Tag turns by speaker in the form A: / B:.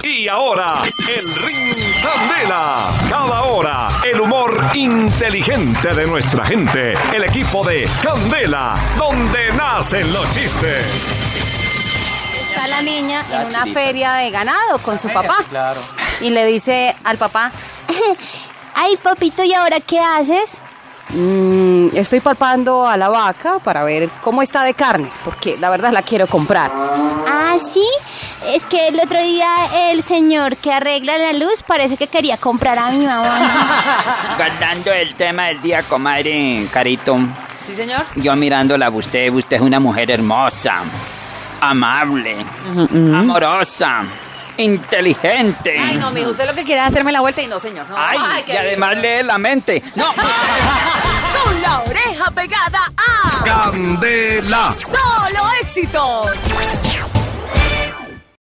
A: Y ahora, el Ring Candela. Cada hora, el humor inteligente de nuestra gente. El equipo de Candela, donde nacen los chistes.
B: Está la niña
C: La
B: en una
C: chiquita.
B: feria de ganado con su papá
C: Sí, claro.
B: y le dice al papá,
D: Ay, papito, ¿y ahora qué haces?
B: "Mm, estoy palpando a la vaca para ver cómo está de carnes, porque la verdad la quiero comprar.
D: Ah, sí. Es que el otro día el señor que arregla la luz parece que quería comprar a mi mamá.
C: Guardando el tema del día, comadre Carito.
B: Sí, señor.
C: Yo mirándola a usted, usted es una mujer hermosa, amable, amorosa, inteligente.
B: Mm. Ay, no, mijo, usted lo que quiere es hacerme la vuelta y no, señor. No.
C: Ay,
B: qué
C: y además lee la mente. No.
B: lindo. Con la oreja pegada a
A: Candela.
B: Solo Éxitos.